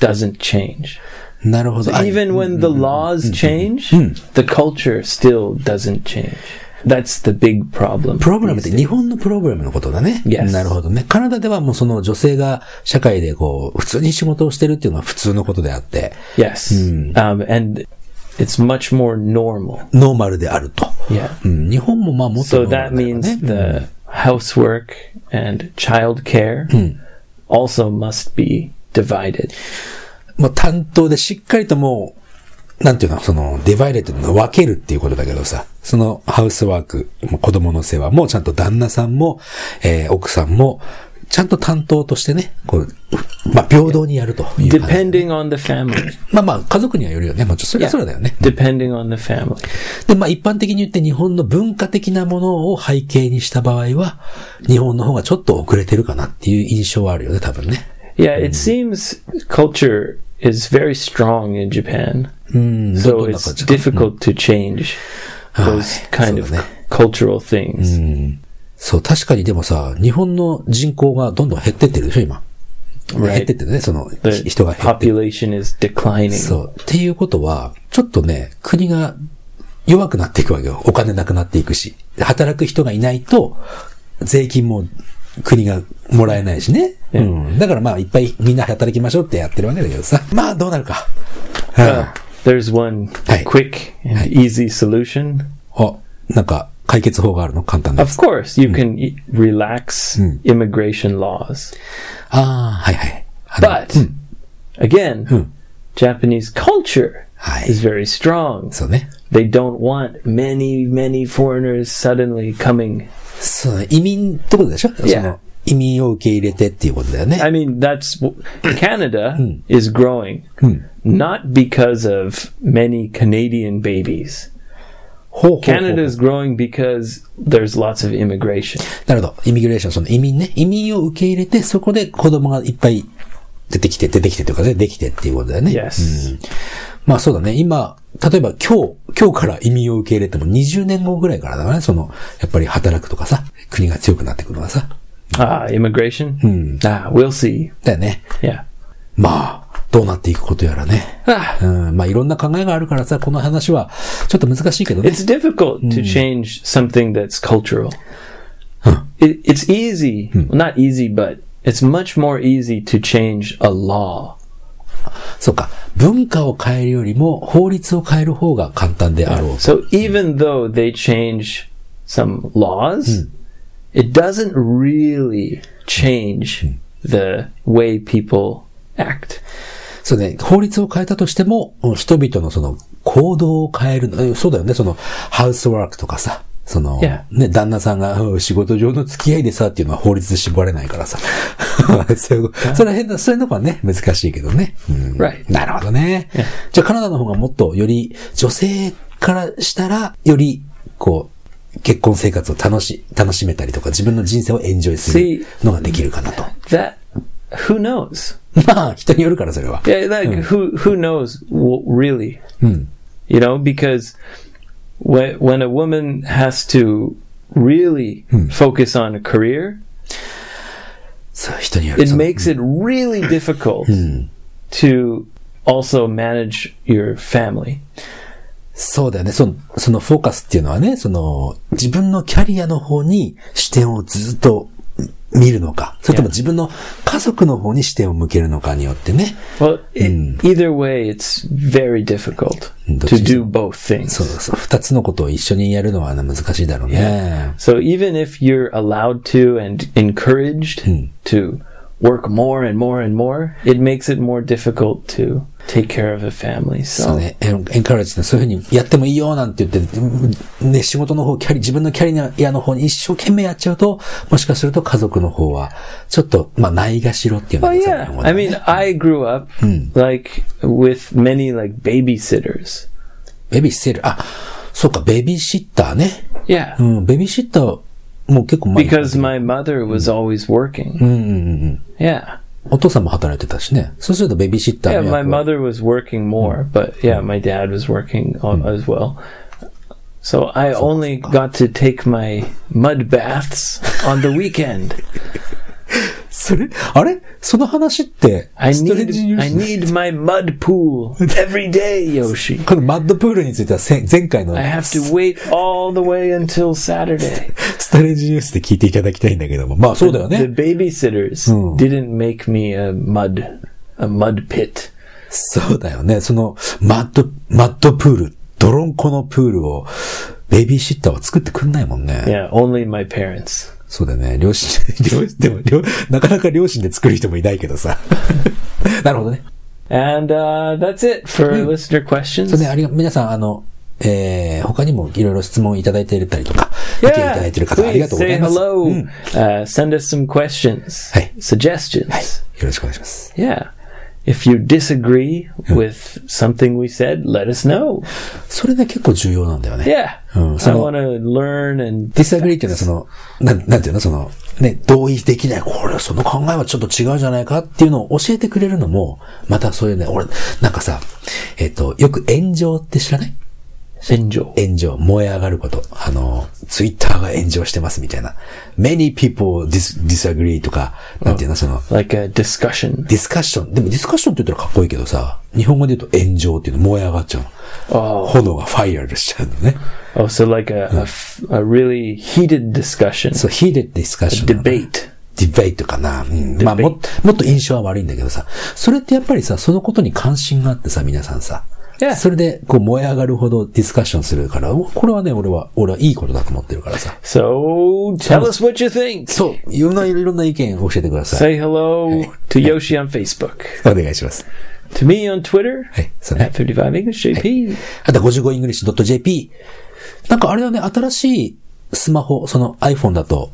doesn't change.
なるほど。あ
Even when the laws change, the culture still doesn't change. That's the big problem.
プロブレムって日本のプロブレムのことだね。
Yes.
なるほどね。カナダではもうその女性が社会でこう、普通に仕事をしてるっていうのは普通のことであって、
Yes. Um, and it's much more normal.
ノーマルであると。
Yeah.
うん、日本もまあもっと
So
ノーマ
that
ルだよ
means
ね。
the housework and childcare
Hmm.
also must be divided.
まあ担当でしっかりともう、なんていうの、その、ディバイレットの分けるっていうことだけどさ、そのハウスワーク、もう子供の世話もちゃんと旦那さんも、えー奥さんも、ちゃんと担当としてね、こう、まあ平等にやるという感じ
Depending on the family.
まあまあ家族にはよるよね。もうちょっとそれはそうだよね。
Depending on the family.
で、まあ一般的に言って日本の文化的なものを背景にした場合は、日本の方がちょっと遅れてるかなっていう印象はあるよね、多分ね。
Yeah, it
Hmm.
seems culture is very strong in Japan.
Hmm.
So
どんな
it's
感じか
difficult to change
Hmm. Ah,
those
はい
kind of
そうだね
cultural things.
Hmm. そう、確かにでもさ、日本の人口がどんどん減ってってるでしょ、今。減ってってるね、その、
The
人が減ってる。
population is declining.
そう。っていうことは、ちょっとね、国が弱くなっていくわけよ。お金なくなっていくし。働く人がいないと、税金も国がもらえないしね。うん。だからまあ、いっぱいみんな働きましょうってやってるわけだけどさ。まあ、どうなるか。うん
Uh, there's one
ah. Hey.
quick and
Hey.
easy solution.
あ、なんか、解決法があるの簡単なや
Of
つ。
course, you can e- relax immigration laws.
ああ、はいはい。あの
But again, Japanese culture
Hi.
is very strong.
そうね。
They don't want many, many foreigners suddenly coming.
そうね、移民ってことでしょ、
Yeah.
その、移民を受け入れてっていうことだよね。
I mean, that's w- Canada is growing, not because of many Canadian babies.
ほうほうほう
Canada is growing because there's lots of immigration.
なるほど。イミグレーション、その移民ね。移民を受け入れて、そこで子供がいっぱい出てきて、出てきてというかね、できてっていうことだよね。
Yes.
Hmm. まあそうだね。今、例えば今日、今日から移民を受け入れても20年後ぐらいからだからね、その、やっぱり働くとかさ、国が強くなってくるのはさ。
Ah, immigration? Ah, we'll see.
だよね。
Yeah.
まあ、どうなっていくことやらね。
Ah,
うん、まあいろんな考えがあるからさ、この話はちょっと難しいけどね。
it's difficult to change something that's cultural. It, it's easy, well, not easy, but it's much more easy to change a law.
そうか。文化を変えるよりも法律を変える方が簡単であろう。
So even though they change some laws, it doesn't really change the way people act.
そうね、法律を変えたとしても、うん人々のその行動を変えるの、えそうだよね、そのハウスワークとかさ、その、
Yeah.
ね、旦那さんがうん仕事上の付き合いでさっていうのは法律で絞れないからさ。そういうそれは変な、そういうのがね、難しいけどね。うん
Right.
なるほどね。じゃあカナダの方がもっとより女性からしたら、より、こう、結婚生活を楽し、楽しめたりとか、自分の人生をエンジョイするのができるかなと。
That, who knows?
まあ、人によるから、それは。
Yeah, like who who knows w- really? You know, because when when a woman has to really focus on a career,
そう、人による。
it
その
makes it really difficult to also manage your family.
そうだよね。その、そのフォーカスっていうのはね、その、自分のキャリアの方に視点をずっと見るのか、それとも自分の家族の方に視点を向けるのかによってね。
Well, i either way, it's very difficult to
Doesn't-
do both things.
そうそう、二つのことを一緒にやるのはね難しいだろうね。
So even if you're allowed to and encouraged to work more and more and more, it makes it more difficult to take care of a family.
そう
So
ね、エンエンカレッジでそういうふうにやってもいいよなんて言って、うんね、仕事の方、キャリ、自分のキャリアの方に一生懸命やっちゃうと、もしかすると家族の方は、ちょっと、まあ、ないがしろっていうの
Oh
がさ
yeah.
日本語
I
でね
mean, I grew up like with many like babysitters.
ベビーシッター、あ、そうか、ベビーシッターね。
Yeah.
うん、ベビーシッター、もう結構前
Because my mother was always working. Yeah.
お父さんも働いてたしね。そうするとベビーシッター
Yeah,
の
my
役は
mother was working more, but yeah, my dad was working on, as well. So I only got to take my mud baths on the weekend.
それあれその話って、
I
ストレー
need
ジニュ
I
ース。
need my mud pool every day, Yoshi.
このマッドプールについてはせん前回の
I have to wait all the way until Saturday.
ストレージニュースで聞いていただきたいんだけども。まあそうだよ
The
ね。
babysitters didn't make me a mud a mud pit.
そうだよね。そのマッド、マッドプール、泥んこのプールを、ベビーシッターは作ってくんないもんね。
Yeah, only my parents.
そうだよね。両親、 両親、でも両、なかなか両親で作る人もいないけどさ。 なるほどね。
And uh, that's it for listener questions.
そうね、ありが、皆さん、あの、えー、他にもいろいろ質問いただいてたりとか、意見いただいてる方、あり
please
がとうござ
say
います。
hello.
うんよ
Uh, send us some questions,
はい。
suggestions.
ろしくお願いします。
Yeah. If you disagree with something we said, let us know.
それね、結構重要なんだよね。
Yeah.
うん、
I
その
want、to learn and
ディスアグリーっていうのはその、なん、なんていうのその、ね、同意できない。これ、その考えはちょっと違うじゃないかっていうのを教えてくれるのも、またそういうね、俺、なんかさ、えっ、と、よく炎上って知らない
enjoy.
炎上、燃え上がること。あの、ツイッターが炎上してますみたいな。many people dis- disagree とか、なんていうのその、
Like a discussion.
ディスカッション。でもディスカッションって言ったらかっこいいけどさ、日本語で言うと炎上っていうの燃え上がっちゃうの。炎がファイアーでしちゃうのね。
Oh, so like a, a f- a really heated discussion.
そう、ヒーデッディスカッションなの。
Debate.
ディベートかな。うん、まあも、もっと印象は悪いんだけどさ。それってやっぱりさ、そのことに関心があってさ、皆さんさ。
Yeah.
それで、こう燃え上がるほどディスカッションするから、おこれはね、俺は、俺はいいことだと思ってるからさ。
So tell us what you think.
そう、いろんな、いろんな意見を教えてください。
Say hello to Yoshi on Facebook.
お願いします。
To me on Twitter
はい、そうね
at 55 English JP.
あと 55english.jp。なんかあれだね、新しいスマホ、その iPhone だと、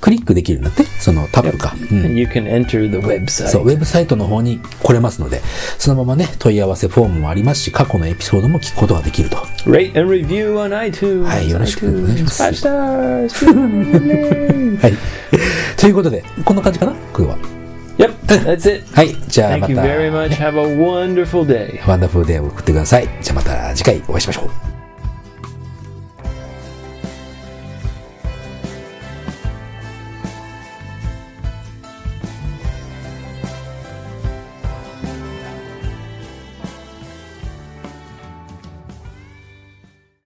クリックできるんだってそのタップか。うん。
And you can enter the website.
そう、ウェブサイトの方に来れますので、そのままね、問い合わせフォームもありますし、過去のエピソードも聞くことができると。
Rate and review on iTunes.
はい、よろしくお願いし
iTunes.
ます。
Five stars.
はい。 ということで、こんな感じかな今日は。
yep, that's it.
はい、じゃあま
Thank you
た、
very much. Have a wonderful day.
ワンダフルデーを送ってください。じゃあまた次回お会いしましょう。